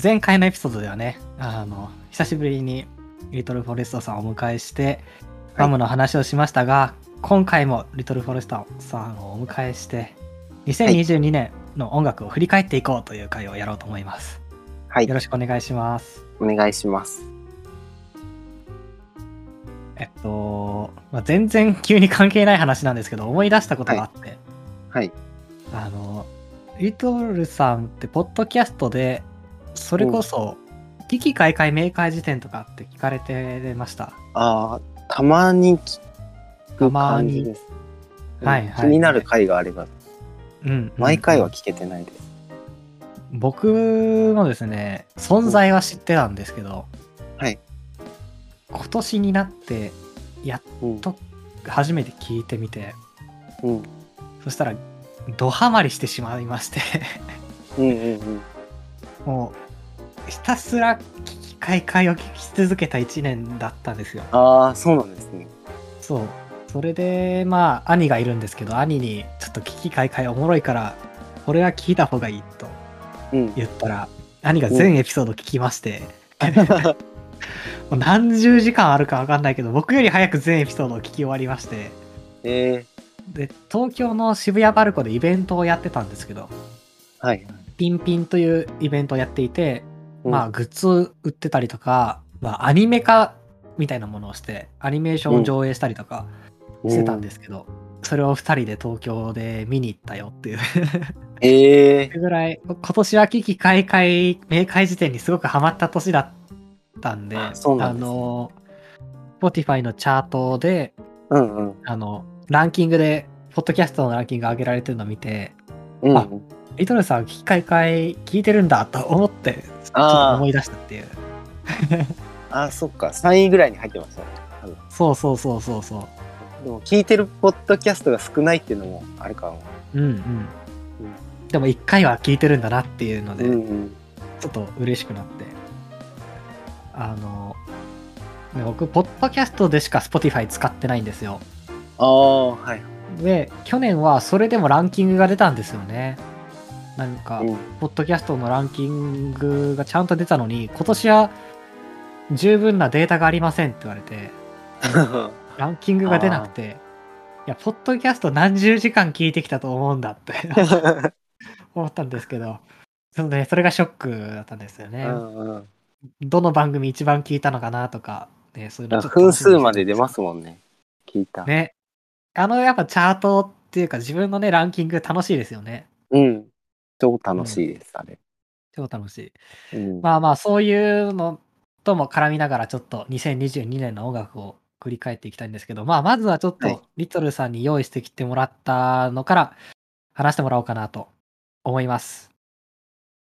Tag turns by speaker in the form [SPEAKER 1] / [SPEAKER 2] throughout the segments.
[SPEAKER 1] 前回のエピソードではね、あの、久しぶりにリトルフォレストさんをお迎えして、
[SPEAKER 2] はい
[SPEAKER 1] ガムの話をしましたが、今回もリトルフォレストさんをお迎えして、2022年の音楽を振り返っていこうという回をやろうと思います。
[SPEAKER 2] はい
[SPEAKER 1] よ、ろしくお願いします。
[SPEAKER 2] お願いします。
[SPEAKER 1] えっと、まあ、全然急に関係ない話なんですけど、思い出したことがあって、
[SPEAKER 2] はい。
[SPEAKER 1] あの、リトルさんって、ポッドキャストで、それこそ、危機開会明快辞典とかって聞かれてました。
[SPEAKER 2] ああ、たまに聞
[SPEAKER 1] た
[SPEAKER 2] く
[SPEAKER 1] ま
[SPEAKER 2] 感
[SPEAKER 1] に
[SPEAKER 2] じです。
[SPEAKER 1] はい
[SPEAKER 2] うん
[SPEAKER 1] はい
[SPEAKER 2] 気になる回があれば、
[SPEAKER 1] うんうん。
[SPEAKER 2] 毎回は聞けてないです。
[SPEAKER 1] 僕のですね、存在は知ってたんですけど、
[SPEAKER 2] はい。
[SPEAKER 1] 今年になって、やっ
[SPEAKER 2] うん
[SPEAKER 1] と初めて聞いてみて、
[SPEAKER 2] うん、
[SPEAKER 1] そしたら、ドハマりしてしまいまして、
[SPEAKER 2] うん、うん、
[SPEAKER 1] もう、ひたすら危機開会を聞き続けた1年だったんですよ。
[SPEAKER 2] ああ、そうなんですね。
[SPEAKER 1] そう。それで、まあ、兄がいるんですけど、兄に、ちょっと危機開会おもろいから、これは聞いた方がいいと
[SPEAKER 2] うん、
[SPEAKER 1] 言ったら、兄が全エピソード聞きまして、 もう何十時間あるか分かんないけど、僕より早く全エピソードを聞き終わりまして、
[SPEAKER 2] ええ
[SPEAKER 1] で、東京の渋谷パルコでイベントをやってたんですけど、
[SPEAKER 2] はい。
[SPEAKER 1] ピンピンというイベントをやっていて、
[SPEAKER 2] うん。
[SPEAKER 1] まあ、、グッズを売ってたりとか、まあ、アニメ化みたいなものをして、アニメーションを上映したりとか、してたんですすけど、それを2人で東京で見に行ったよっていう
[SPEAKER 2] ええ
[SPEAKER 1] ぐらい今年は危機開会明快時点にすごくハマった年だったんで
[SPEAKER 2] あそうなんですね
[SPEAKER 1] あの Spotify のチャートで
[SPEAKER 2] うん、うん、
[SPEAKER 1] あのランキングでポッドキャストのランキング上げられてるのを見て
[SPEAKER 2] うん
[SPEAKER 1] あ。リトルさん危機開会聞いてるんだと思ってちょっと
[SPEAKER 2] あー
[SPEAKER 1] 思い出したっていう
[SPEAKER 2] ああ、そっか、三位ぐらいに入ってましたね。
[SPEAKER 1] そうそうそうそうそう
[SPEAKER 2] でも、聞いてるポッドキャストが少ないっていうのもあるかも。
[SPEAKER 1] うんうん、でも1回は聞いてるんだなっていうので、
[SPEAKER 2] うん、うん、
[SPEAKER 1] ちょっと嬉しくなって。あの、ね僕、ポッドキャストでしか Spotify 使ってないんですよ。
[SPEAKER 2] ああ、はい。
[SPEAKER 1] で、去年はそれでもランキングが出たんですよね。なんか、
[SPEAKER 2] うん、
[SPEAKER 1] ポッドキャストのランキングがちゃんと出たのに、今年は十分なデータがありませんって言われて、ランキングが出なくて、いや、ポッドキャスト何十時間聞いてきたと思うんだって 思ったんですけど、そのね、それがショックだったんですよ
[SPEAKER 2] う
[SPEAKER 1] ね。
[SPEAKER 2] ん、うん。
[SPEAKER 1] どの番組一番聞いたのかなとか、ね、そういう
[SPEAKER 2] なん
[SPEAKER 1] の
[SPEAKER 2] か分数まで出ますすもんね。聞いた。
[SPEAKER 1] ね。あの、やっぱチャートっていうか自分のね、ランキング楽しいですよね。
[SPEAKER 2] うん。超楽しいです、あれ。
[SPEAKER 1] 超楽しい。
[SPEAKER 2] うん。
[SPEAKER 1] まあまあ、そういうのとも絡みながら、ちょっと2022年の音楽を振り返っていきたいんですけど、まあ、まずはちょっ
[SPEAKER 2] はい
[SPEAKER 1] と、リトルさんに用意してきてもらったのから、話してもらおうかなと思います。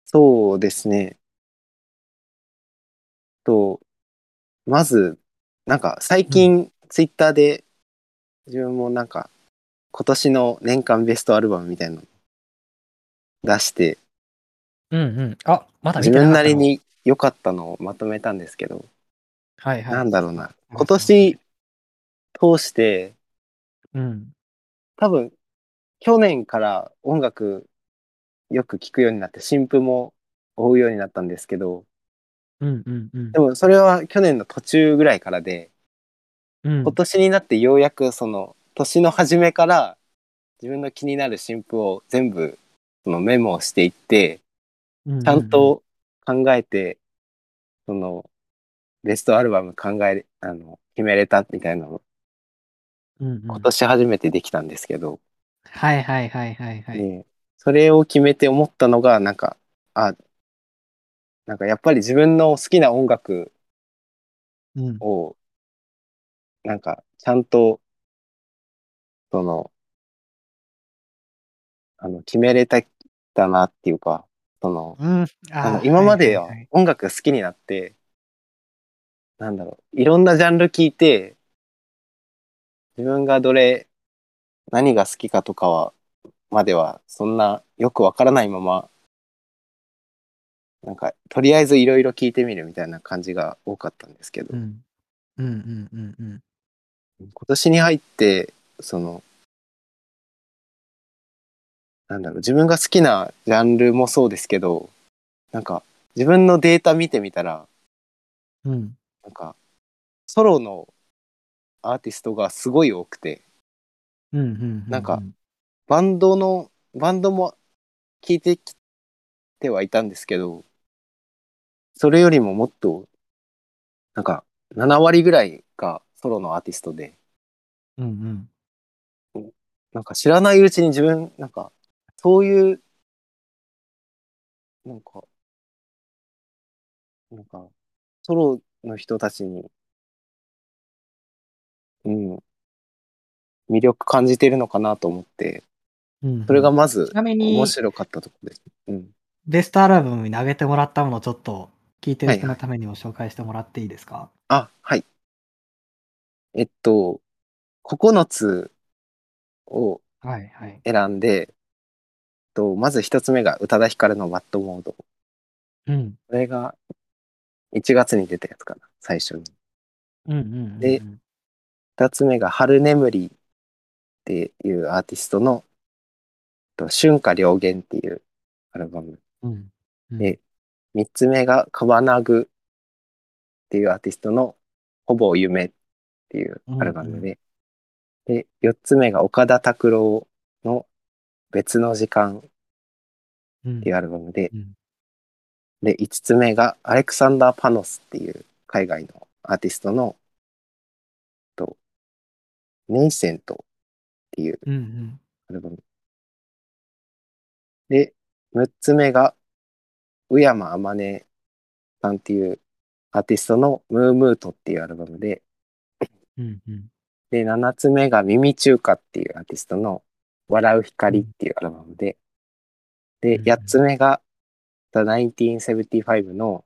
[SPEAKER 2] そうですね。と、まず、なんか最近、ツイッターで、自分もなんか、今年の年間ベストアルバムみたいなの出して、
[SPEAKER 1] うんうん。あ、まだ見
[SPEAKER 2] 自
[SPEAKER 1] てなかった
[SPEAKER 2] 分
[SPEAKER 1] の
[SPEAKER 2] なり。に良かったのをまとめたんですけど、
[SPEAKER 1] はいはい。
[SPEAKER 2] なんだろうな。
[SPEAKER 1] うん
[SPEAKER 2] 今年通して、
[SPEAKER 1] うん。
[SPEAKER 2] 多分去年から音楽よく聴くようになって新譜も追うようになったんですけど
[SPEAKER 1] うんうんうん
[SPEAKER 2] で。もそれは去年の途中ぐらいからで
[SPEAKER 1] うん
[SPEAKER 2] 今年になってようやくその年の初めから自分の気になる新譜を全部そのメモしていって
[SPEAKER 1] うう
[SPEAKER 2] ちゃん、と考えてそのベストアルバム考えあの決めれたみたいなの
[SPEAKER 1] うんうん
[SPEAKER 2] 今年初めてできたんですけど
[SPEAKER 1] はいはいはいはいはい。
[SPEAKER 2] でそれを決めて思ったのがなんかあなんかやっぱり自分の好きな音楽
[SPEAKER 1] うん
[SPEAKER 2] をなんかちゃんとそのあの決めれただなっていうかその
[SPEAKER 1] うん、
[SPEAKER 2] あ
[SPEAKER 1] あ
[SPEAKER 2] の今まで
[SPEAKER 1] は
[SPEAKER 2] はい
[SPEAKER 1] はい
[SPEAKER 2] 音楽が好きになってなんだろういろんなジャンル聞いて自分がどれ何が好きかとかはまではそんなよくわからないままなんかとりあえずいろいろ聞いてみるみたいな感じが多かったんですけど、
[SPEAKER 1] はいうん、うんうんうんうん
[SPEAKER 2] 今年に入ってそのなんだろう自分が好きなジャンルもそうですけどなんか自分のデータ見てみたら、
[SPEAKER 1] うん。
[SPEAKER 2] なんか、ソロのアーティストがすごい多くて、
[SPEAKER 1] うん。うん。
[SPEAKER 2] なんか、バンドの、バンドも聞いてきてはいたんですけど、それよりももっと、なんか、7割ぐらいがソロのアーティストで、
[SPEAKER 1] うんうん。
[SPEAKER 2] なんか知らないうちに自分、なんか、そういう、なんか、なんか、ソロの人たちに、うん、魅力感じてるのかなと思って、
[SPEAKER 1] うん
[SPEAKER 2] それがまず
[SPEAKER 1] ち、なみに
[SPEAKER 2] 面、白かったところです。うん。
[SPEAKER 1] ベストアルバムに投げてもらったものをちょっと聞いてる人のためにも紹介してもらっていいですか
[SPEAKER 2] あ、はい。えっと、9つを
[SPEAKER 1] はいはい。
[SPEAKER 2] 選んで、えっと、まず1つ目が宇多田ヒカルのバッドモード。
[SPEAKER 1] うん。
[SPEAKER 2] これが1月に出たやつかな、最初に。
[SPEAKER 1] うんうんうんうん。
[SPEAKER 2] で2つ目が春眠りっていうアーティストの、えっと春夏良言っていうアルバム。
[SPEAKER 1] うん。うん
[SPEAKER 2] で3つ目がカバナグっていうアーティストのほぼ夢っていうアルバムで、で、4つ目が岡田拓郎の別の時間っ
[SPEAKER 1] うん
[SPEAKER 2] ていうアルバムで
[SPEAKER 1] うん、
[SPEAKER 2] で、5つ目がアレクサンダー・パノスっていう海外のアーティストの、と、ネイセントっていう
[SPEAKER 1] うんうん。
[SPEAKER 2] アルバム。で、6つ目が、宇山天音さんっていうアーティストのムームートっていうアルバムで、
[SPEAKER 1] うんうん。
[SPEAKER 2] で、7つ目が耳中華っていうアーティストの笑う光っていうアルバムで、で、
[SPEAKER 1] うん
[SPEAKER 2] 8つ目が The 1975の、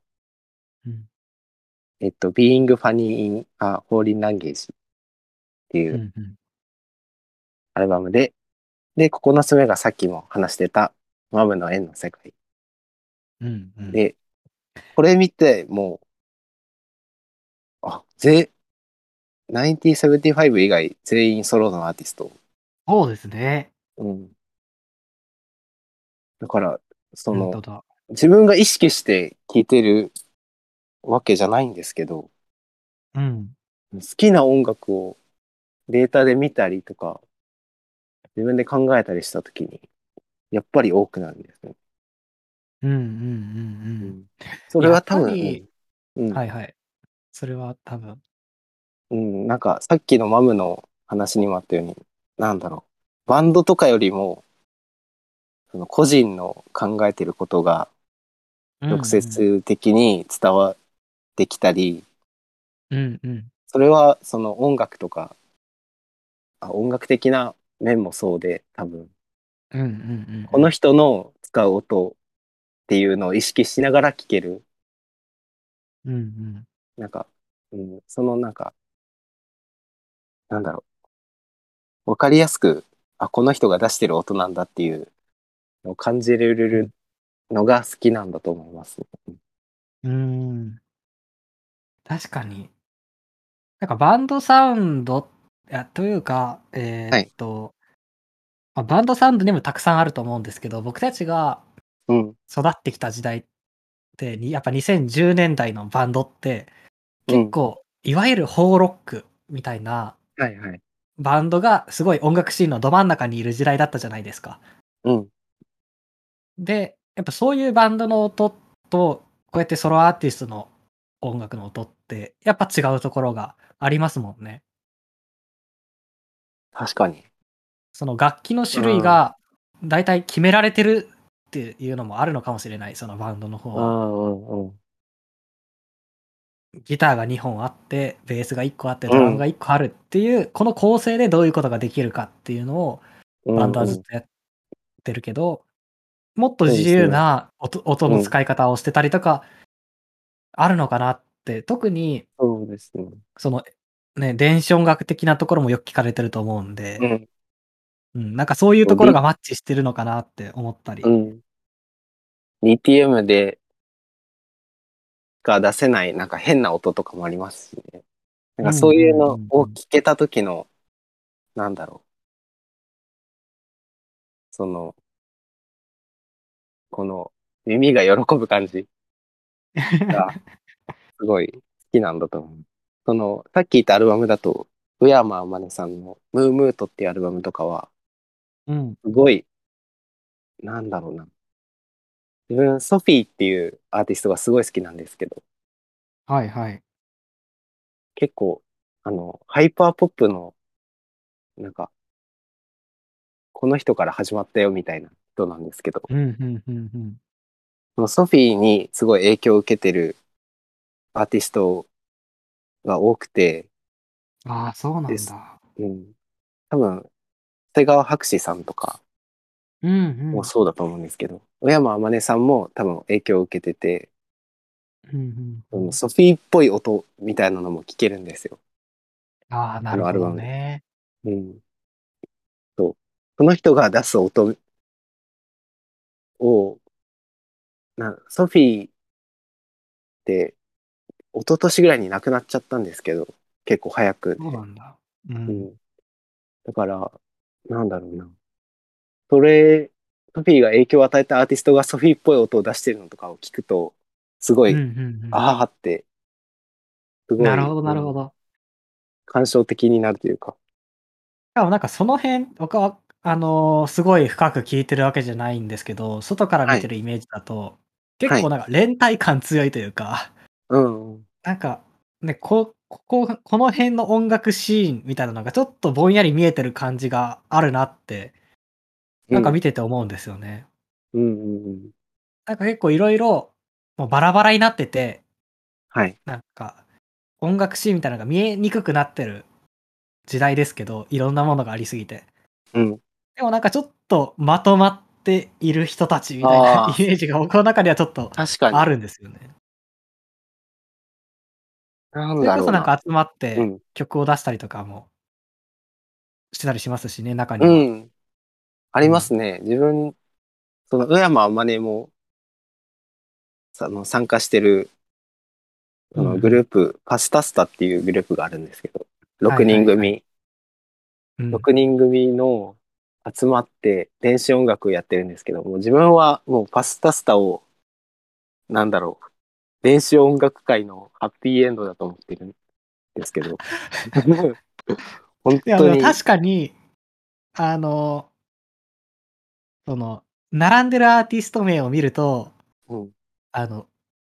[SPEAKER 1] うん
[SPEAKER 2] えっと、Being Funny in a Foreign Language っていううん
[SPEAKER 1] うん。
[SPEAKER 2] アルバムで、で、9つ目がさっきも話してた、マムの縁の世界。
[SPEAKER 1] うんうん。
[SPEAKER 2] で、これ見て、もう、あ、ぜ、1975以外全員ソロのアーティスト。
[SPEAKER 1] そうですね。
[SPEAKER 2] うん。だから、そ
[SPEAKER 1] 本
[SPEAKER 2] の、
[SPEAKER 1] 当だ
[SPEAKER 2] 自分が意識して聴いてるわけじゃないんですけど、
[SPEAKER 1] うん。
[SPEAKER 2] 好きな音楽をデータで見たりとか、自分で考えたりしたときに、やっぱり多くなるんですね。
[SPEAKER 1] うんうん
[SPEAKER 2] う
[SPEAKER 1] うん
[SPEAKER 2] んそれは多
[SPEAKER 1] やっ
[SPEAKER 2] 分
[SPEAKER 1] ぱり、
[SPEAKER 2] うんう
[SPEAKER 1] うんん。はいはい。それは多分。
[SPEAKER 2] うん、なんかさっきのマムの話にもあったように、なんだろう、バンドとかよりも、その個人の考えてることが直接的に伝わってきたり、
[SPEAKER 1] うんうん。
[SPEAKER 2] それはその音楽とか、あ音楽的な面もそうで、多分、
[SPEAKER 1] うんうんうんうん。
[SPEAKER 2] この人の使う音っていうのを意識しながら聴ける、
[SPEAKER 1] うんうん。
[SPEAKER 2] なんか、うん、そのなんか、なんだろう。わかりやすく、あ、この人が出してる音なんだっていうのを感じれるのが好きなんだと思います。
[SPEAKER 1] うーん。確かに。なんかバンドサウンドいやというか、えーっと、まあバンドサウンドにもたくさんあると思うんですけど、僕たちが
[SPEAKER 2] うん。
[SPEAKER 1] 育ってきた時代って、にやっぱ2010年代のバンドって、結構、いわゆるホーロックみたいな
[SPEAKER 2] はいはい。
[SPEAKER 1] バンドがすごい音楽シーンのど真ん中にいる時代だったじゃないですか。
[SPEAKER 2] うん。
[SPEAKER 1] で、やっぱそういうバンドの音と、こうやってソロアーティストの音楽の音って、やっぱ違うところがありますもんね。
[SPEAKER 2] 確かに。
[SPEAKER 1] その楽器の種類が大体決められてるっていうのもあるのかもしれない、そのバンドの方
[SPEAKER 2] う
[SPEAKER 1] は。
[SPEAKER 2] んうんうん。
[SPEAKER 1] ギターが2本あって、ベースが1個あって、ドラムが1個あるっていう、この構成でどういうことができるかっていうのを、バンドはずっとやってるけど、もっと自由な音音の使い方をしてたりとか、あるのかなって、特に、
[SPEAKER 2] そうですね。
[SPEAKER 1] その、ね、電子音楽的なところもよく聞かれてると思うんで、
[SPEAKER 2] うん。
[SPEAKER 1] うん、なんかそういうところがマッチしてるのかなって思ったり。
[SPEAKER 2] うん。DTM で、が出せない、なんか変な音とかもありますしね。なんかそういうのを聞けた時の、なんだろう。その、この、耳が喜ぶ感じ。が、すごい好きなんだと思う。その、さっき言ったアルバムだと、ウヤマーマネさんのムームートっていうアルバムとかは、
[SPEAKER 1] うん。
[SPEAKER 2] すごい、なんだろうな。自分、ソフィーっていうアーティストがすごい好きなんですけど、
[SPEAKER 1] はいはい。
[SPEAKER 2] 結構、あの、ハイパーポップの、なんか、この人から始まったよみたいな人なんですけど、
[SPEAKER 1] うんうんうんうん。
[SPEAKER 2] そのソフィーにすごい影響を受けてるアーティストが多くて、
[SPEAKER 1] ああ、そうなん
[SPEAKER 2] です
[SPEAKER 1] だ。
[SPEAKER 2] うん、多分、瀬川博士さんとか
[SPEAKER 1] うんうん。
[SPEAKER 2] もそうだと思うんですけど、小山天音さんも多分影響を受けてて、
[SPEAKER 1] うん
[SPEAKER 2] そ
[SPEAKER 1] うん
[SPEAKER 2] のソフィーっぽい音みたいなのも聞けるんですよ。
[SPEAKER 1] ああ、なるほどね。
[SPEAKER 2] うん。そう。その人が出す音を、なソフィーって、一昨年ぐらいに亡くなっちゃったんですけど、結構早く。
[SPEAKER 1] そうなんだ。う。
[SPEAKER 2] うんん。だから、なんだろうな。それ、ソフィーが影響を与えたアーティストがソフィーっぽい音を出してるのとかを聞くと、すごい、
[SPEAKER 1] うんうんうん
[SPEAKER 2] ああって、すごい、
[SPEAKER 1] なるほど、なるほ
[SPEAKER 2] ど。
[SPEAKER 1] ど。
[SPEAKER 2] 感傷的になるというか。
[SPEAKER 1] しかもなんかその辺、僕は、あのーすごい深く聞いてるわけじゃないんですけど、外から見てるイメージだと、結構なんか連帯感強いというか、
[SPEAKER 2] うん。
[SPEAKER 1] なんか、ね、こ、ここ、この辺の音楽シーンみたいなのがちょっとぼんやり見えてる感じがあるなって、なんか見てて思うんですよね。
[SPEAKER 2] うんうんうん。
[SPEAKER 1] なんか結構いろいろ、もうバラバラになってて、
[SPEAKER 2] はい。
[SPEAKER 1] なんか、音楽シーンみたいなのが見えにくくなってる時代ですけど、いろんなものがありすぎて。
[SPEAKER 2] うん。
[SPEAKER 1] でもなんかちょっとまとまっている人たちみたいな
[SPEAKER 2] あ
[SPEAKER 1] イ
[SPEAKER 2] ー
[SPEAKER 1] メージが僕の中ではちょっと
[SPEAKER 2] 確かに。
[SPEAKER 1] あるんですよね。
[SPEAKER 2] な
[SPEAKER 1] そ
[SPEAKER 2] ん
[SPEAKER 1] れ
[SPEAKER 2] だろ
[SPEAKER 1] こ
[SPEAKER 2] う
[SPEAKER 1] そ
[SPEAKER 2] な。
[SPEAKER 1] なんか集まっ
[SPEAKER 2] う
[SPEAKER 1] て
[SPEAKER 2] ん。
[SPEAKER 1] 曲を出したりとかもしてたりしますしね、中に
[SPEAKER 2] う
[SPEAKER 1] は。
[SPEAKER 2] ん。ありますね。自分、その、上山天音も、その、参加してる、そ
[SPEAKER 1] うんう
[SPEAKER 2] の
[SPEAKER 1] ん
[SPEAKER 2] グループ、パスタスタっていうグループがあるんですけど、
[SPEAKER 1] はいは
[SPEAKER 2] 6
[SPEAKER 1] いはい
[SPEAKER 2] 人組、
[SPEAKER 1] うん
[SPEAKER 2] 6人組の集まって電子音楽をやってるんですけど、もう自分はもうパスタスタを、なんだろう、電子音楽界のハッピーエンドだと思ってるんです けど、本
[SPEAKER 1] いや、
[SPEAKER 2] 当
[SPEAKER 1] で
[SPEAKER 2] に
[SPEAKER 1] も、確かに、あの、その、並んでるアーティスト名を見ると、
[SPEAKER 2] うん
[SPEAKER 1] あの、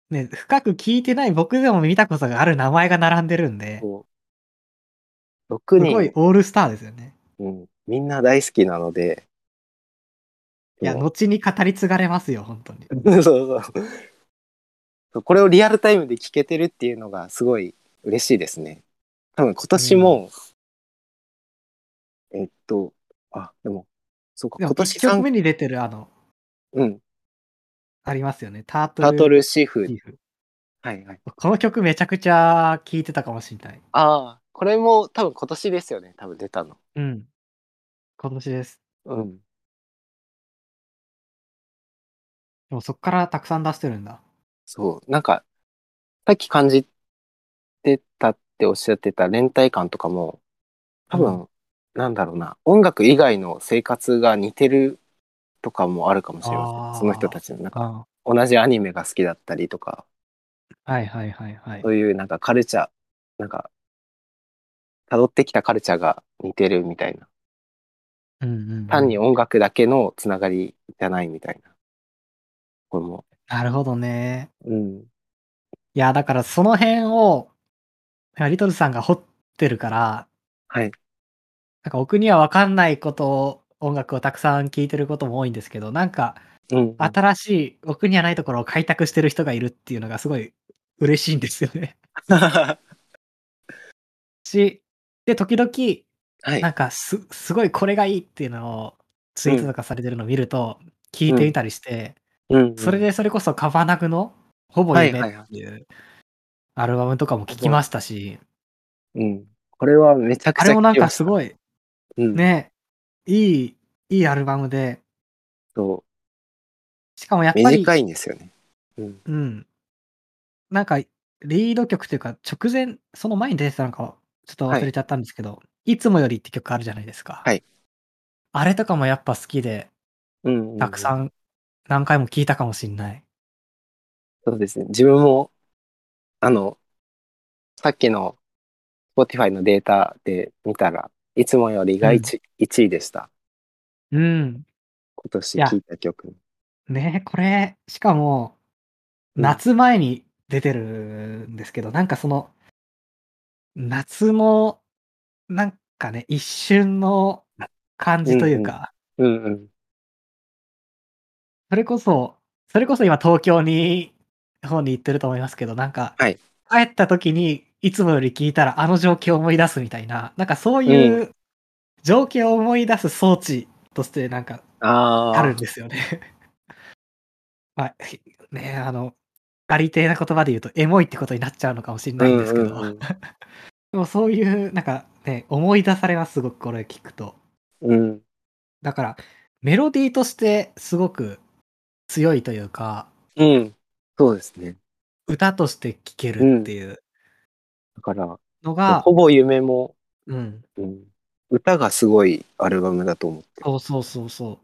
[SPEAKER 1] ね、深く聞いてない僕でも見たことがある名前が並んでるんで、
[SPEAKER 2] そう
[SPEAKER 1] す
[SPEAKER 2] 6
[SPEAKER 1] ごい
[SPEAKER 2] 人、
[SPEAKER 1] オールスターですよね。
[SPEAKER 2] うん、みんな大好きなので、
[SPEAKER 1] いや、
[SPEAKER 2] も
[SPEAKER 1] 後に語り継がれますよ、本当に。
[SPEAKER 2] う そうそうそう。これをリアルタイムで聴けてるっていうのがすごい嬉しいですね。多分今年も、えっと、あ、でも、そうか、
[SPEAKER 1] でも
[SPEAKER 2] 今年
[SPEAKER 1] 一曲
[SPEAKER 2] 3、
[SPEAKER 1] 目に出てる、あの、
[SPEAKER 2] うん、
[SPEAKER 1] ありますよね。タート
[SPEAKER 2] タ
[SPEAKER 1] ル。
[SPEAKER 2] ートルシーフ。
[SPEAKER 1] リーフ
[SPEAKER 2] はいはい。
[SPEAKER 1] この曲めちゃくちゃ聞いてたかもしれない。
[SPEAKER 2] ああ、これも多分今年ですよね、多分出たの。
[SPEAKER 1] うん。今年です。
[SPEAKER 2] うん。
[SPEAKER 1] でもそっからたくさん出してるんだ。
[SPEAKER 2] そう、なんか、さっき感じてたっておっしゃってた連帯感とかも、多分、なんだろうな、音楽以外の生活が似てるとかもあるかもしれま
[SPEAKER 1] あー
[SPEAKER 2] せん。その人たちの、なんか、
[SPEAKER 1] あ
[SPEAKER 2] 同じアニメが好きだったりとか、
[SPEAKER 1] あはいはいはいはい。
[SPEAKER 2] そういうなんかカルチャー、なんか、辿ってきたカルチャーが似てるみたいな。
[SPEAKER 1] うんうんうん
[SPEAKER 2] 単に音楽だけのつながりじゃないみたいな。これも。
[SPEAKER 1] なるほどね。
[SPEAKER 2] うん。
[SPEAKER 1] いや、だからその辺を、なんかリトルさんが掘ってるから、
[SPEAKER 2] はい。
[SPEAKER 1] なんか僕にはわかんないことを、音楽をたくさん聴いてることも多いんですけど、なんか
[SPEAKER 2] うん。
[SPEAKER 1] 新しい、僕にはないところを開拓してる人がいるっていうのがすごい嬉しいんですよね。 し、で、時々、
[SPEAKER 2] はい
[SPEAKER 1] なん。かす、すごいこれがいいっていうのをツイートとかされてるのを見ると、聞いてみたりして、
[SPEAKER 2] うんうん
[SPEAKER 1] それでそれこそカバナグの、ほぼ夢っていうアルバムとかも聴きましたし、
[SPEAKER 2] うん。これはめちゃく
[SPEAKER 1] あ
[SPEAKER 2] ちゃ
[SPEAKER 1] れもなんかす
[SPEAKER 2] い。
[SPEAKER 1] ごい、
[SPEAKER 2] うん、
[SPEAKER 1] ね、いい、いいアルバムで、
[SPEAKER 2] そ
[SPEAKER 1] しかもやっ
[SPEAKER 2] う。
[SPEAKER 1] ぱり、
[SPEAKER 2] 短いんですよね。うん。
[SPEAKER 1] うん。なんか、リード曲というか、直前、その前に出てたのかは、ちょっと忘れちゃったんですけど、い、つもよりって曲あるじゃないですか。
[SPEAKER 2] はい
[SPEAKER 1] あれとかもやっぱ好きで、
[SPEAKER 2] うん、
[SPEAKER 1] たくさ
[SPEAKER 2] ん。
[SPEAKER 1] ん何回も聴いたかもしんない。
[SPEAKER 2] そうですね。自分も、あの、さっきの Spotify のデータで見たら、いつもよりが 1,、1位でした。
[SPEAKER 1] うん。
[SPEAKER 2] 今年
[SPEAKER 1] いや
[SPEAKER 2] 聴いた曲。
[SPEAKER 1] ねこれ、しかも、
[SPEAKER 2] うん
[SPEAKER 1] 夏前に出てるんですけど、なんかその、夏も、なんかね、一瞬の感じというか、
[SPEAKER 2] うんうん。
[SPEAKER 1] それこそ、それこそ今東京に、方に行ってると思いますけど、なんか、
[SPEAKER 2] はい
[SPEAKER 1] 帰った時に、いつもより聞いたらあの状況を思い出すみたいな、なんかそういう状況を思い出す装置としてなんか
[SPEAKER 2] あ
[SPEAKER 1] ある
[SPEAKER 2] あ
[SPEAKER 1] ん。ですよね。 まあ、ひねあの、ありてえな言葉で言うと、エモいってことになっちゃうのかもしれないんですけど、
[SPEAKER 2] うんうんうん
[SPEAKER 1] でもそういう、なんかね、思い出されます、すごくこれ聞くと。
[SPEAKER 2] うん。
[SPEAKER 1] だから、メロディーとしてすごく強いというか、
[SPEAKER 2] うん。そうですね。
[SPEAKER 1] 歌として聴けるっていう
[SPEAKER 2] だから、
[SPEAKER 1] のが、
[SPEAKER 2] ほぼ夢も、
[SPEAKER 1] うん、
[SPEAKER 2] うん、歌がすごいアルバムだと思って。
[SPEAKER 1] そうそうそうそ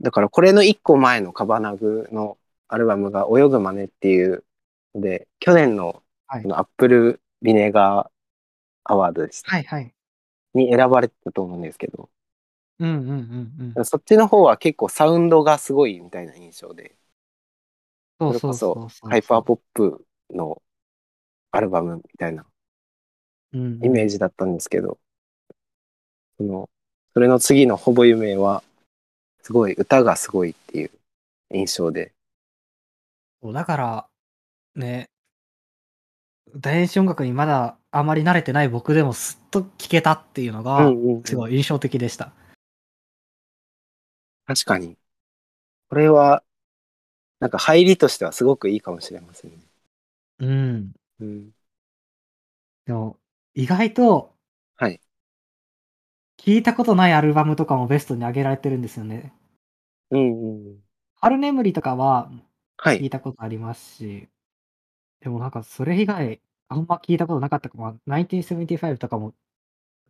[SPEAKER 2] だからこれの一個前のカバナグのアルバムが泳ぐ真似っていうので、去年の
[SPEAKER 1] はい
[SPEAKER 2] このアップルビネガーアワードです、
[SPEAKER 1] う。はいはい。
[SPEAKER 2] に選ばれてたと思うんですけど、
[SPEAKER 1] うんうんうんうん。
[SPEAKER 2] そっちの方は結構サウンドがすごいみたいな印象で、
[SPEAKER 1] そ
[SPEAKER 2] そうれ
[SPEAKER 1] そ
[SPEAKER 2] こ
[SPEAKER 1] うそう
[SPEAKER 2] そ
[SPEAKER 1] そう。
[SPEAKER 2] ハイパーポップのアルバムみたいな
[SPEAKER 1] うん
[SPEAKER 2] イメージだったんですけど、その、それの次のほぼ夢は、すごい歌がすごいっていう印象で、
[SPEAKER 1] そうだから、ね、電子音楽にまだあまり慣れてない僕でもすっと聴けたっていうのが、
[SPEAKER 2] うんうんうん
[SPEAKER 1] すごい印象的でした。
[SPEAKER 2] 確かに。これは、なんか入りとしてはすごくいいかもしれませんね。
[SPEAKER 1] うん。
[SPEAKER 2] うん。
[SPEAKER 1] でも、意外と、
[SPEAKER 2] はい。
[SPEAKER 1] 聞いたことないアルバムとかもベストに挙げられてるんですよね。
[SPEAKER 2] うんうんうん。
[SPEAKER 1] 春眠りとかは
[SPEAKER 2] は
[SPEAKER 1] 聞
[SPEAKER 2] い。
[SPEAKER 1] いたことありますし、でもなんかそれ以外、あんま聞いたことなかったかも、1975とかも、宇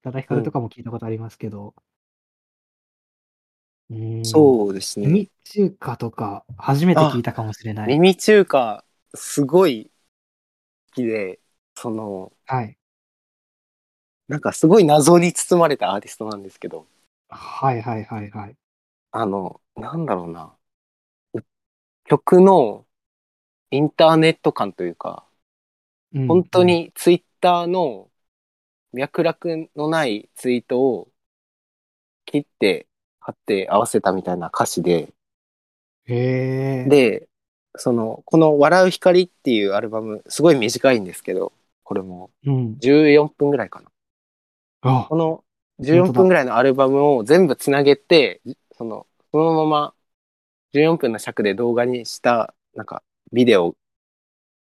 [SPEAKER 1] 多田ヒカルとかも聞いたことありますけど、うん、
[SPEAKER 2] そうですね。
[SPEAKER 1] 耳中華とか、初めて聞いたかもしれない。
[SPEAKER 2] 耳中華、すごい好きで、その、
[SPEAKER 1] はい。
[SPEAKER 2] なんかすごい謎に包まれたアーティストなんですけど、
[SPEAKER 1] はいはいはいはい。
[SPEAKER 2] あの、なんだろうな。う曲のインターネット感というか、
[SPEAKER 1] うん
[SPEAKER 2] 本当。にツイッターの脈絡のないツイートを切って貼って合わせたみたいな歌詞で、
[SPEAKER 1] へえ。、
[SPEAKER 2] で、その、この笑う光っていうアルバム、すごい短いんですけど、これも
[SPEAKER 1] うん。
[SPEAKER 2] 14分ぐらいかな。
[SPEAKER 1] あ
[SPEAKER 2] こ、の14分ぐらいのアルバムを全部つなげて、その、そのまま14分の尺で動画にした、なんか、ビデオ、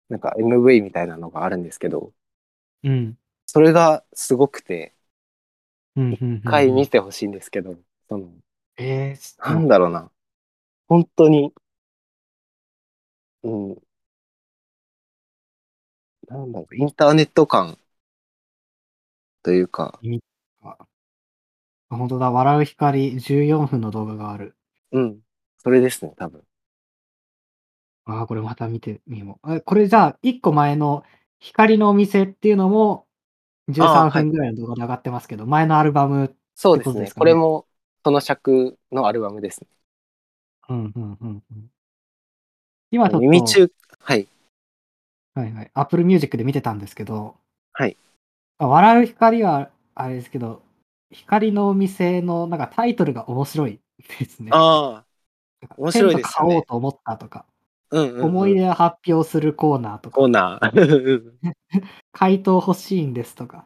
[SPEAKER 2] なんか MV みたいなのがあるんですけど、
[SPEAKER 1] うん。
[SPEAKER 2] それがすごくて、
[SPEAKER 1] うん。一
[SPEAKER 2] 一回見。てほしいんですけど、その、
[SPEAKER 1] えー、ちょっと
[SPEAKER 2] なんだろうな。本当に、うん。なんだろう、インターネット感というか、
[SPEAKER 1] あ本当だ、笑う光14分の動画がある。
[SPEAKER 2] うん。それですね、多分。
[SPEAKER 1] ああ、これまた見てみよう。あこれじゃあ、1個前の光のお店っていうのも、
[SPEAKER 2] あ
[SPEAKER 1] 13
[SPEAKER 2] ーはい
[SPEAKER 1] 分ぐらいの動画で上がってますけど、前のアルバム、
[SPEAKER 2] そう
[SPEAKER 1] って
[SPEAKER 2] です
[SPEAKER 1] こと
[SPEAKER 2] ね。
[SPEAKER 1] ですかね
[SPEAKER 2] これも、その尺のアルバムですね。
[SPEAKER 1] うんうんうんうん。今ちょっと、
[SPEAKER 2] 耳中、はい。
[SPEAKER 1] はいはい。Apple Music で見てたんですけど、
[SPEAKER 2] はい。
[SPEAKER 1] あ笑う光は、あれですけど、光のお店のなんかタイトルが面白いですね。
[SPEAKER 2] ああ、
[SPEAKER 1] なんか
[SPEAKER 2] 面白いですよね
[SPEAKER 1] テント買おうと思ったとか、
[SPEAKER 2] うん、うん。
[SPEAKER 1] 思い出を発表するコーナーと
[SPEAKER 2] コー
[SPEAKER 1] か、
[SPEAKER 2] ナー。
[SPEAKER 1] 回答欲しいんですとか、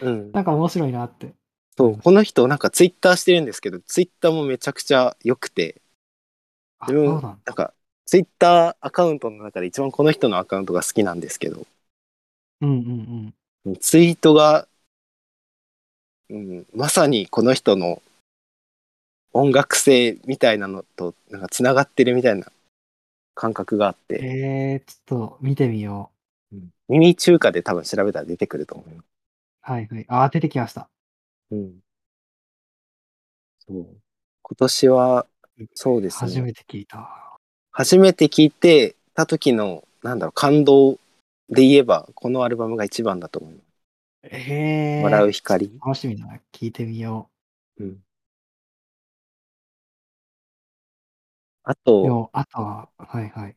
[SPEAKER 2] うん。
[SPEAKER 1] なんか面白いなって。
[SPEAKER 2] そう、この人、なんかツイッターしてるんですけど、ツイッターもめちゃくちゃ良くて、
[SPEAKER 1] あ、
[SPEAKER 2] 自分
[SPEAKER 1] そうなんだ。
[SPEAKER 2] なんか、ツイッターアカウントの中で一番この人のアカウントが好きなんですけど、
[SPEAKER 1] うんうんうん。
[SPEAKER 2] ツイートが、うん、まさにこの人の音楽性みたいなのと、なんか繋がってるみたいな感覚があって、
[SPEAKER 1] えー、ちょっと見てみよ
[SPEAKER 2] 耳中華で多分調べたら出てくると思います。
[SPEAKER 1] う。はいはい。あー、出てきました。
[SPEAKER 2] うん。そう。今年は、そうです
[SPEAKER 1] 初
[SPEAKER 2] ね。
[SPEAKER 1] めて聞いた。
[SPEAKER 2] 初めて聞いてた時の、なんだろう、感動で言えば、このアルバムが一番だと思います。
[SPEAKER 1] ええ。
[SPEAKER 2] 笑う光。
[SPEAKER 1] 楽しみだな。聞いてみよ
[SPEAKER 2] うん。あ
[SPEAKER 1] う。で
[SPEAKER 2] と、
[SPEAKER 1] も、あとは、はいはい。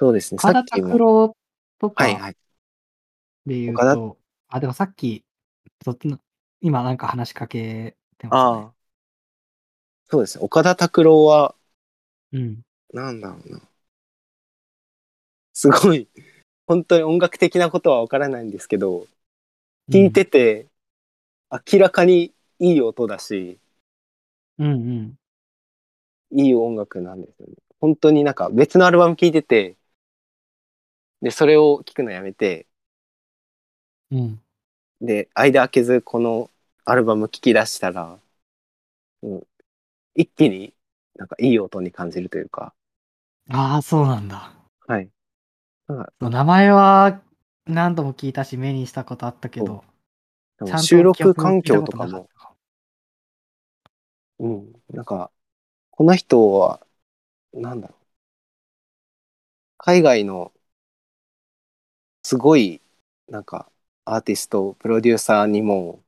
[SPEAKER 2] そうですね、さ
[SPEAKER 1] 岡田
[SPEAKER 2] っき
[SPEAKER 1] 拓
[SPEAKER 2] も。
[SPEAKER 1] 郎と
[SPEAKER 2] はい
[SPEAKER 1] か
[SPEAKER 2] はい。
[SPEAKER 1] で言う
[SPEAKER 2] 岡
[SPEAKER 1] と、あ、でもさっき、そっちの、今なんか話しかけて
[SPEAKER 2] あ
[SPEAKER 1] ま
[SPEAKER 2] あ。そうですね、岡田拓郎は、
[SPEAKER 1] すね。うん。
[SPEAKER 2] なんだろうな。すごい、本当に音楽的なことはわからないんですけど、聞いてて、明らかにいい音だし、
[SPEAKER 1] うんうん。
[SPEAKER 2] いい音楽なんですよね。本当になんか別のアルバム聞いてて、で、それを聞くのやめて、
[SPEAKER 1] うん。
[SPEAKER 2] で、間空けずこのアルバム聞き出したら、うん、一気になんかいい音に感じるというか、
[SPEAKER 1] ああ、そうなんだ。
[SPEAKER 2] はい。
[SPEAKER 1] そう名前は何度も聞いたし、目にしたことあったけど、ちゃんと
[SPEAKER 2] 収録
[SPEAKER 1] 記憶に
[SPEAKER 2] 環
[SPEAKER 1] 聞い
[SPEAKER 2] 境
[SPEAKER 1] たこと
[SPEAKER 2] か
[SPEAKER 1] な
[SPEAKER 2] も
[SPEAKER 1] っ、た
[SPEAKER 2] うん、なんか、この人は、なんだろう。海外の、すごい、なんか、アーティスト、プロデューサーにも、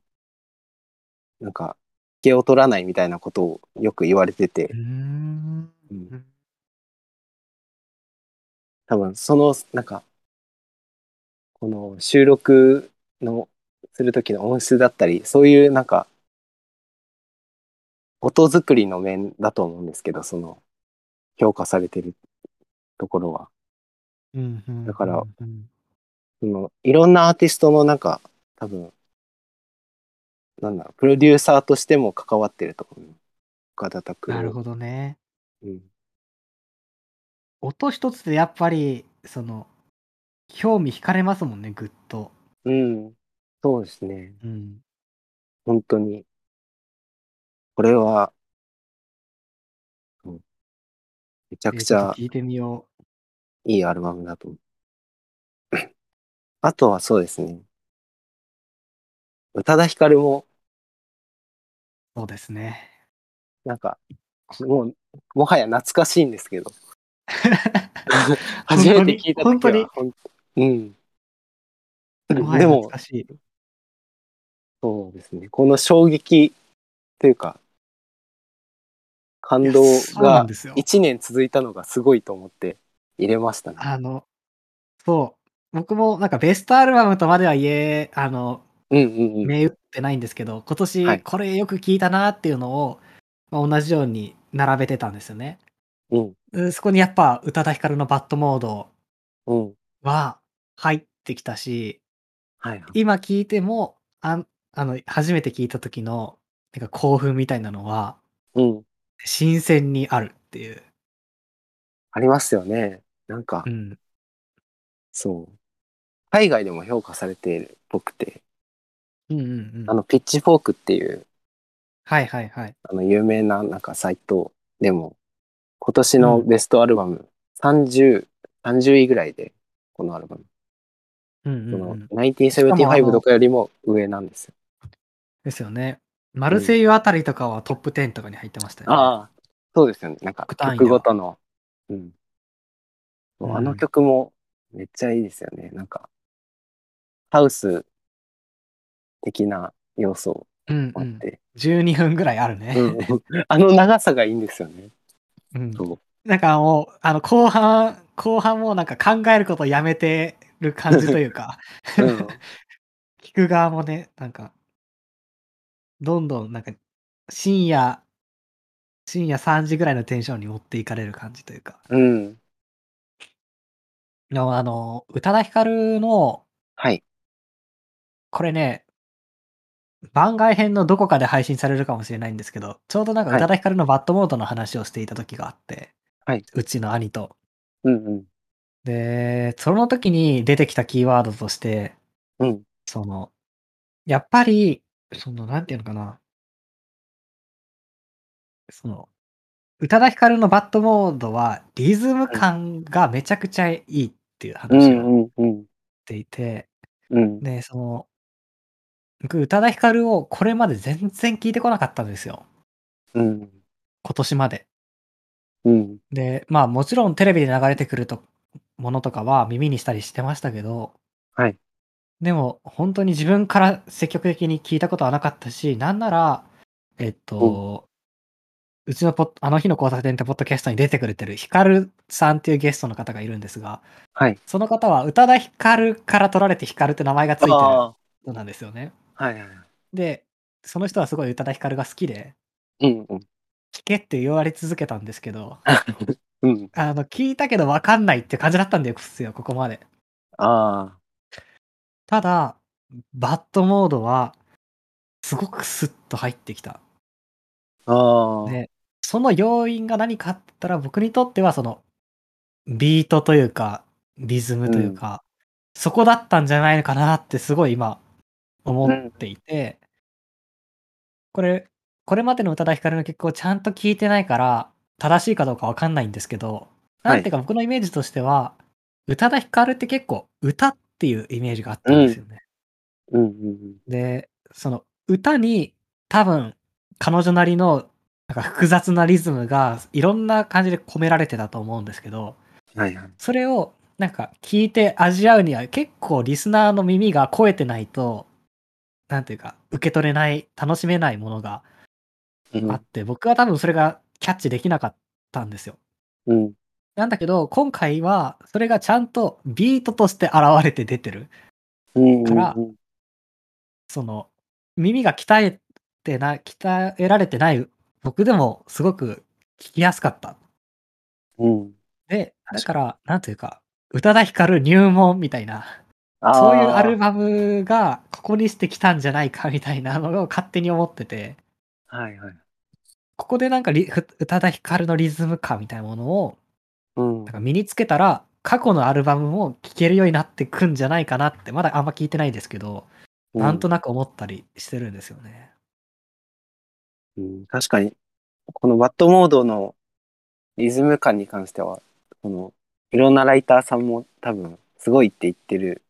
[SPEAKER 2] なんか、気を取らないみたいなことをよく言われてて
[SPEAKER 1] うー、ん。
[SPEAKER 2] うん多分、その、なんか、この収録の、するときの音質だったり、そういう、なんか、音作りの面だと思うんですけど、その、評価されてるところは。
[SPEAKER 1] うんうん
[SPEAKER 2] だから
[SPEAKER 1] うんうん
[SPEAKER 2] そのいろんなアーティストのなんか多分なんだろうプロデューサーとしても関わってると思う岡田拓郎
[SPEAKER 1] なるほどね。
[SPEAKER 2] うん、
[SPEAKER 1] 音一つでやっぱり、その、興味惹かれますもんね、ぐっと。
[SPEAKER 2] うん、そうですね
[SPEAKER 1] うん。
[SPEAKER 2] 本当にこれはうんめちゃくち
[SPEAKER 1] えーょっ
[SPEAKER 2] ゃ
[SPEAKER 1] と聞いてみよ
[SPEAKER 2] いいアルバムだと思 うあとはそうですね宇多田ヒカルも
[SPEAKER 1] う。そうですね。
[SPEAKER 2] なんかもうもはや懐かしいんですけど初めて聞いた時は
[SPEAKER 1] 本当に
[SPEAKER 2] 本当に
[SPEAKER 1] も
[SPEAKER 2] うん
[SPEAKER 1] はや
[SPEAKER 2] で
[SPEAKER 1] 懐
[SPEAKER 2] も
[SPEAKER 1] かしい。
[SPEAKER 2] そうですねこの衝撃というか感動
[SPEAKER 1] いやそうなん
[SPEAKER 2] が
[SPEAKER 1] ですよ。
[SPEAKER 2] 1年続いたのがすごいと思って入れましたね
[SPEAKER 1] あの、そう。僕もなんかベストアルバムとまでは言え、あの、
[SPEAKER 2] うんうんうん
[SPEAKER 1] 銘打ってないんですけど、今
[SPEAKER 2] は
[SPEAKER 1] 年
[SPEAKER 2] い
[SPEAKER 1] これよく聞いたなっていうのを、まあ、同じように並べてたんですよね。
[SPEAKER 2] うん
[SPEAKER 1] うんそこにやっぱ宇多田ヒカルのバッドモード
[SPEAKER 2] うん
[SPEAKER 1] は入ってきたし、
[SPEAKER 2] はい
[SPEAKER 1] 今聞いても、あんあの、初めて聞いた時の、なんか興奮みたいなのは、
[SPEAKER 2] うん
[SPEAKER 1] 新鮮にあるっていう。
[SPEAKER 2] ありますよねなんか
[SPEAKER 1] うん。
[SPEAKER 2] そう海外でも評価されているっぽくて
[SPEAKER 1] うんうん
[SPEAKER 2] あ
[SPEAKER 1] うん。
[SPEAKER 2] のピッチフォークっていう
[SPEAKER 1] はいはいはい。
[SPEAKER 2] あの有名ななんかサイトでも今年のベストアルバム3030、30位ぐらいでこのアルバム
[SPEAKER 1] うんう
[SPEAKER 2] そ
[SPEAKER 1] ん、う
[SPEAKER 2] の
[SPEAKER 1] ん。しかもあの
[SPEAKER 2] 1975とかよりも上なんですよ。
[SPEAKER 1] ですよね。マルセイユあたりとかはトップ10とかに入ってましたよね。
[SPEAKER 2] ああ、そうですよね。なんか
[SPEAKER 1] 極端や
[SPEAKER 2] 曲ごとの。うん。
[SPEAKER 1] うん
[SPEAKER 2] あの曲もめっちゃいいですよね。なんか、ハウス的な要素
[SPEAKER 1] うんう
[SPEAKER 2] もあっ
[SPEAKER 1] ん。
[SPEAKER 2] て、
[SPEAKER 1] 12分ぐらいあるね。
[SPEAKER 2] うん あの長さがいいんですよね。
[SPEAKER 1] うん
[SPEAKER 2] そう
[SPEAKER 1] なんかもう、あの、後半、後半もうなんか考えることをやめてる感じというか、
[SPEAKER 2] うん
[SPEAKER 1] 聞く側もね、なんか、どんどんなんか、深夜、深夜3時ぐらいのテンションに持っていかれる感じというか。
[SPEAKER 2] うん。
[SPEAKER 1] でもあの、宇多田ヒカルの、
[SPEAKER 2] はい。
[SPEAKER 1] これね、番外編のどこかで配信されるかもしれないんですけど、ちょうどなんか
[SPEAKER 2] は
[SPEAKER 1] 宇
[SPEAKER 2] い
[SPEAKER 1] 多田ヒカルのバッドモードの話をしていた時があって、
[SPEAKER 2] はい、
[SPEAKER 1] うちの兄と。
[SPEAKER 2] うんうん。
[SPEAKER 1] で、その時に出てきたキーワードとして、
[SPEAKER 2] うん。
[SPEAKER 1] その、やっぱり、その、なんていうのかな。その、宇多田ヒカルのバッドモードは、リズム感がめちゃくちゃいいっていう
[SPEAKER 2] う
[SPEAKER 1] 話をし
[SPEAKER 2] んうんうん。
[SPEAKER 1] ていて、
[SPEAKER 2] うん。
[SPEAKER 1] で、その、僕、宇多田ヒカルをこれまで全然聞いてこなかったんですよ。
[SPEAKER 2] うん。
[SPEAKER 1] 今年まで。
[SPEAKER 2] うん。
[SPEAKER 1] で、まあもちろんテレビで流れてくるとものとかは耳にしたりしてましたけど、
[SPEAKER 2] はい。
[SPEAKER 1] でも本当に自分から積極的に聞いたことはなかったし、なんなら、えっと、うちのポッあの日の交差点ってポッドキャストに出てくれてるヒカルさんっていうゲストの方がいるんですが、
[SPEAKER 2] はい。
[SPEAKER 1] その方は宇多田ヒカルから取られてヒカルって名前がついてる
[SPEAKER 2] あ
[SPEAKER 1] 人なんですよね。
[SPEAKER 2] あ。はいはいはい。
[SPEAKER 1] で、その人はすごい宇多田ヒカルが好きで、
[SPEAKER 2] うんうん。
[SPEAKER 1] 聞けって言われ続けたんですけど、
[SPEAKER 2] うん。
[SPEAKER 1] あの、聞いたけど分かんないって感じだったんですよ、ここまで。
[SPEAKER 2] あ
[SPEAKER 1] ただ、バッドモードは、すごくスッと入ってきた。
[SPEAKER 2] あ。ああ。
[SPEAKER 1] ねその要因が何かあったら、僕にとっては、その、ビートというか、リズムというか、そこだったんじゃないのかなって、すごい今、思っていて、これ、これまでの宇多田ヒカルの曲をちゃんと聞いてないから、正しいかどうかわかんないんですけど、
[SPEAKER 2] はい
[SPEAKER 1] なんていうか僕のイメージとしては、宇多田ヒカルって結構歌っていうイメージがあったんですよね。
[SPEAKER 2] うんうん
[SPEAKER 1] で、その歌に多分彼女なりのなんか複雑なリズムがいろんな感じで込められてたと思うんですけど、
[SPEAKER 2] うん。はいはい。
[SPEAKER 1] それをなんか聞いて味合うには結構リスナーの耳が肥えてないと、なんていうか受け取れない、楽しめないものが
[SPEAKER 2] うん
[SPEAKER 1] あって、僕は多分それがキャッチできなかったんですよ。
[SPEAKER 2] うん。
[SPEAKER 1] なんだけど、今回はそれがちゃんとビートとして現れて出てる。
[SPEAKER 2] うん。
[SPEAKER 1] から
[SPEAKER 2] うん
[SPEAKER 1] その耳が鍛えてな鍛えられてない僕でもすごく聞きやすかった。
[SPEAKER 2] うん。
[SPEAKER 1] で、だ
[SPEAKER 2] 確か
[SPEAKER 1] から、なんというか、宇多田ヒカル入門みたいな、
[SPEAKER 2] ああ。
[SPEAKER 1] そういうアルバムがここにしてきたんじゃないかみたいなのを勝手に思ってて、
[SPEAKER 2] はいはい。
[SPEAKER 1] ここでなんかリふ宇多田ヒカルのリズム感みたいなものを
[SPEAKER 2] うん
[SPEAKER 1] なん。か身につけたら、過去のアルバムも聴けるようになってくんじゃないかなって、まだあんま聞いてないですけど、なんとなく思ったりしてるんですよね。
[SPEAKER 2] うん、確かに、このバッドモードのリズム感に関しては、この、いろんなライターさんも多分、すごいって言ってる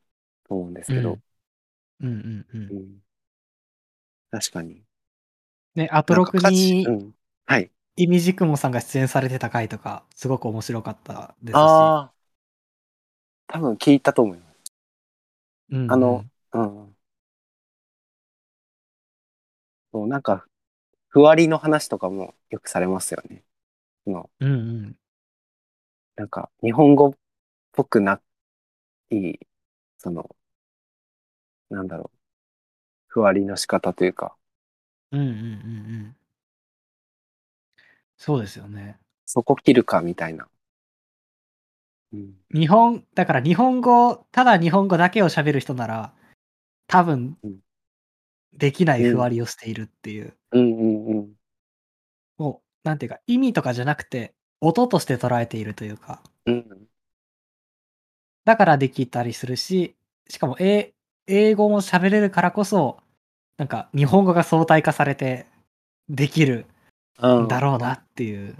[SPEAKER 2] と思うんですけど、
[SPEAKER 1] うんうんうん
[SPEAKER 2] う。ん確かに。
[SPEAKER 1] ね、アトロクに
[SPEAKER 2] なんか歌詞うん、はい。
[SPEAKER 1] イミジクモさんが出演されてた回とか、すごく面白かったですし。
[SPEAKER 2] ああ。多分聞いたと思います。
[SPEAKER 1] うんうん
[SPEAKER 2] あの、うん。そう、なんか、ふわりの話とかもよくされますよね。その
[SPEAKER 1] うんうん。
[SPEAKER 2] なんか、日本語っぽくない、その、なんだろう、ふわりの仕方というか、
[SPEAKER 1] うんうんうんうん。そうですよね。
[SPEAKER 2] そこ切るかみたいな。うん。
[SPEAKER 1] 日本、だから日本語、ただ日本語だけを喋る人なら、多分
[SPEAKER 2] うん、
[SPEAKER 1] できないふわりをしているっていう、
[SPEAKER 2] うんうんうん。
[SPEAKER 1] もう、なんていうか、意味とかじゃなくて、音として捉えているというか、
[SPEAKER 2] うん。
[SPEAKER 1] だからできたりするし、しかも、え英語も喋れるからこそ、なんか日本語が相対化されてできる
[SPEAKER 2] うん
[SPEAKER 1] んだろうなっていう。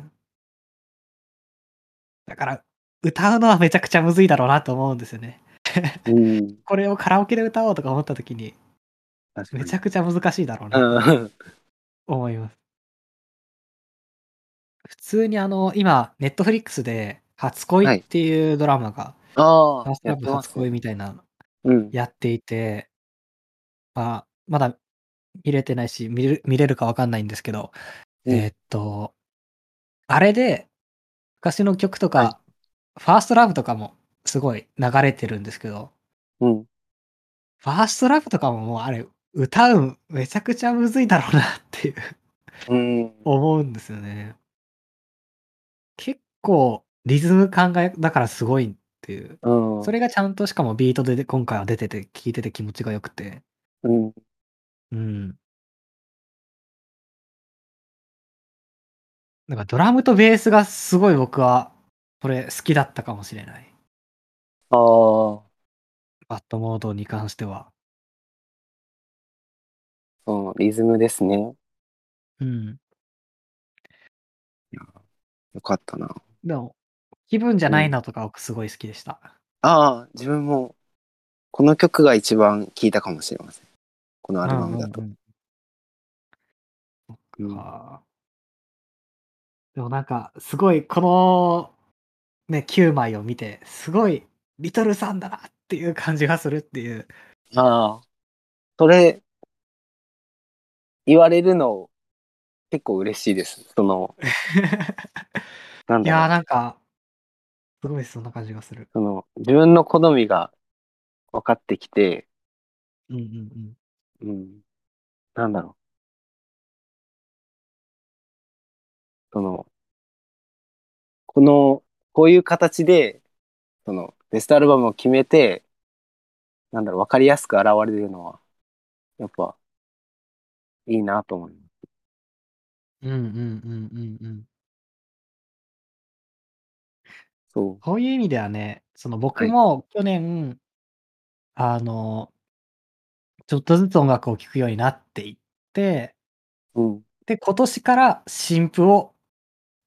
[SPEAKER 1] だから、歌うのはめちゃくちゃむずいだろうなと思うんですよね。
[SPEAKER 2] う。ん。
[SPEAKER 1] これをカラオケで歌おうとか思った時に、
[SPEAKER 2] 確かに。
[SPEAKER 1] めちゃくちゃ難しいだろう
[SPEAKER 2] う
[SPEAKER 1] なと
[SPEAKER 2] ん。
[SPEAKER 1] 思います。普通にあの、今、ネットフリックスで、初恋っていうドラマが、
[SPEAKER 2] あ
[SPEAKER 1] ファー
[SPEAKER 2] あ
[SPEAKER 1] ス、ト
[SPEAKER 2] や
[SPEAKER 1] ラ
[SPEAKER 2] っ
[SPEAKER 1] ブ
[SPEAKER 2] てま
[SPEAKER 1] 初
[SPEAKER 2] すね。
[SPEAKER 1] 恋みたいな
[SPEAKER 2] うん。
[SPEAKER 1] やっていて、まあ、まだ見れてないし、見れる見れるかわかんないんですけど、
[SPEAKER 2] うん
[SPEAKER 1] えーっと、あれで、昔の曲とか、
[SPEAKER 2] は
[SPEAKER 1] ファーストラブとかもすごい流れてるんですけど、
[SPEAKER 2] うん。
[SPEAKER 1] ファーストラブとかももうあれ、歌う、めちゃくちゃむずいだろうなっていう
[SPEAKER 2] うん。
[SPEAKER 1] 思うんですよね。結構、リズム感が、だからすごいっていう。
[SPEAKER 2] うん。
[SPEAKER 1] それがちゃんとしかもビートで今回は出てて、聴いてて気持ちが良くて。
[SPEAKER 2] うん。
[SPEAKER 1] うん。なんかドラムとベースがすごい僕は、これ好きだったかもしれない。
[SPEAKER 2] ああ。
[SPEAKER 1] バッドモードに関しては。
[SPEAKER 2] そう、リズムですね。
[SPEAKER 1] うん。
[SPEAKER 2] よかったな。
[SPEAKER 1] でも、気分じゃないなとか僕すごい好きでした。
[SPEAKER 2] ああ、自分も、この曲が一番聴いたかもしれません。このアルバムだと。
[SPEAKER 1] うんうんうん
[SPEAKER 2] うん
[SPEAKER 1] あーでもなんか、すごい、この、ね、9枚を見て、すごい、リトルさんだなっていう感じがするっていう。
[SPEAKER 2] ああ。それ、言われるの、結構嬉しいです。その、なん
[SPEAKER 1] い
[SPEAKER 2] だろう
[SPEAKER 1] やーなんか、すごいそんな感じがする。
[SPEAKER 2] その、自分の好みが分かってきて、
[SPEAKER 1] うんうんうん。
[SPEAKER 2] うん。なんだろう。その、この、こういう形で、その、ベストアルバムを決めて、なんだろう、わかりやすく現れるのは、やっぱ、いいなと思います。
[SPEAKER 1] うんうんうんうんうん。
[SPEAKER 2] そ
[SPEAKER 1] こういう意味ではね、その僕
[SPEAKER 2] はい
[SPEAKER 1] も去年、あの、ちょっとずつ音楽を聴くようになっていって、
[SPEAKER 2] う。うん。
[SPEAKER 1] で、今年から新譜を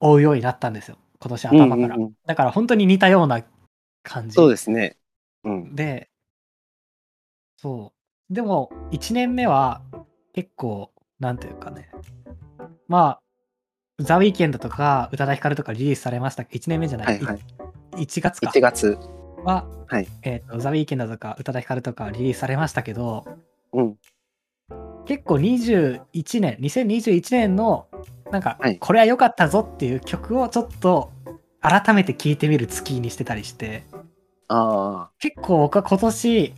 [SPEAKER 1] 追うようになったんですよ。今年頭から。
[SPEAKER 2] うんうんうん
[SPEAKER 1] だから本当に似たような感じ
[SPEAKER 2] そうですね。うん。
[SPEAKER 1] で、そう。でも、1年目は結構、なんていうかね。まあ、ザ・ウィーケンドとか、宇多田ヒカルとかリリースされましたけど、1年目じゃない、
[SPEAKER 2] はいはい。
[SPEAKER 1] 1月か
[SPEAKER 2] 1月。
[SPEAKER 1] は、
[SPEAKER 2] はい
[SPEAKER 1] えーとザ・ウィーケンドとか、宇多田ヒカルとかリリースされましたけど、
[SPEAKER 2] うん。
[SPEAKER 1] 結構21年、2021年の、なんか、
[SPEAKER 2] はい
[SPEAKER 1] これは良かったぞっていう曲をちょっと、改めて聴いてみる月にしてたりして、
[SPEAKER 2] あ
[SPEAKER 1] 結構僕は今年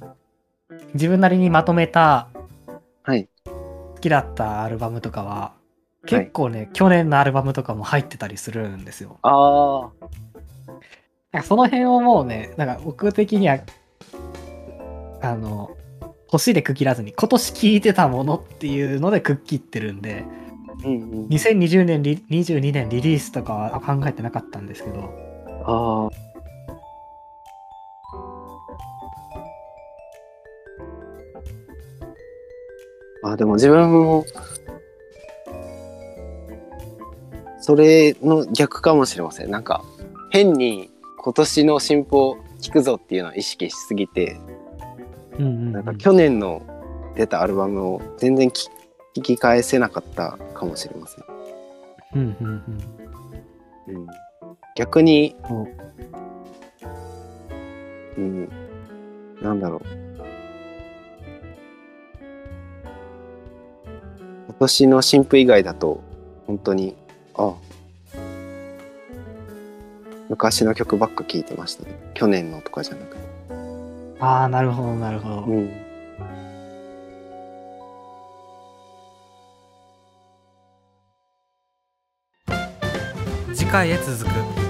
[SPEAKER 1] 自分なりにまとめた
[SPEAKER 2] あ。はい。
[SPEAKER 1] 好きだったアルバムとかは
[SPEAKER 2] はい
[SPEAKER 1] 結構ね、去年のアルバムとかも入ってたりするんですよ
[SPEAKER 2] ああ。
[SPEAKER 1] なんかその辺をもうねなんか僕的にはあの年で区切らずに今年聴いてたものっていうので区切ってるんで
[SPEAKER 2] うんうん。
[SPEAKER 1] 2020年リ22年リリースとかは考えてなかったんですけど
[SPEAKER 2] ああ。あ、でも自分も、それの逆かもしれません。なんか、変に今年の進歩を聞くぞっていうのを意識しすぎて、
[SPEAKER 1] うんうん,、うん、
[SPEAKER 2] なんか去年の出たアルバムを全然聞聞き返せなかったかもしれません。
[SPEAKER 1] うんうんうん
[SPEAKER 2] うん、逆に
[SPEAKER 1] お、
[SPEAKER 2] うん、なんだろう。今年の新婦以外だと、本当に、あ昔の曲ばっか聴いてましたね。去年のとかじゃなくて。
[SPEAKER 1] ああなるほどなるほど、
[SPEAKER 2] うん。
[SPEAKER 1] 次回へ続く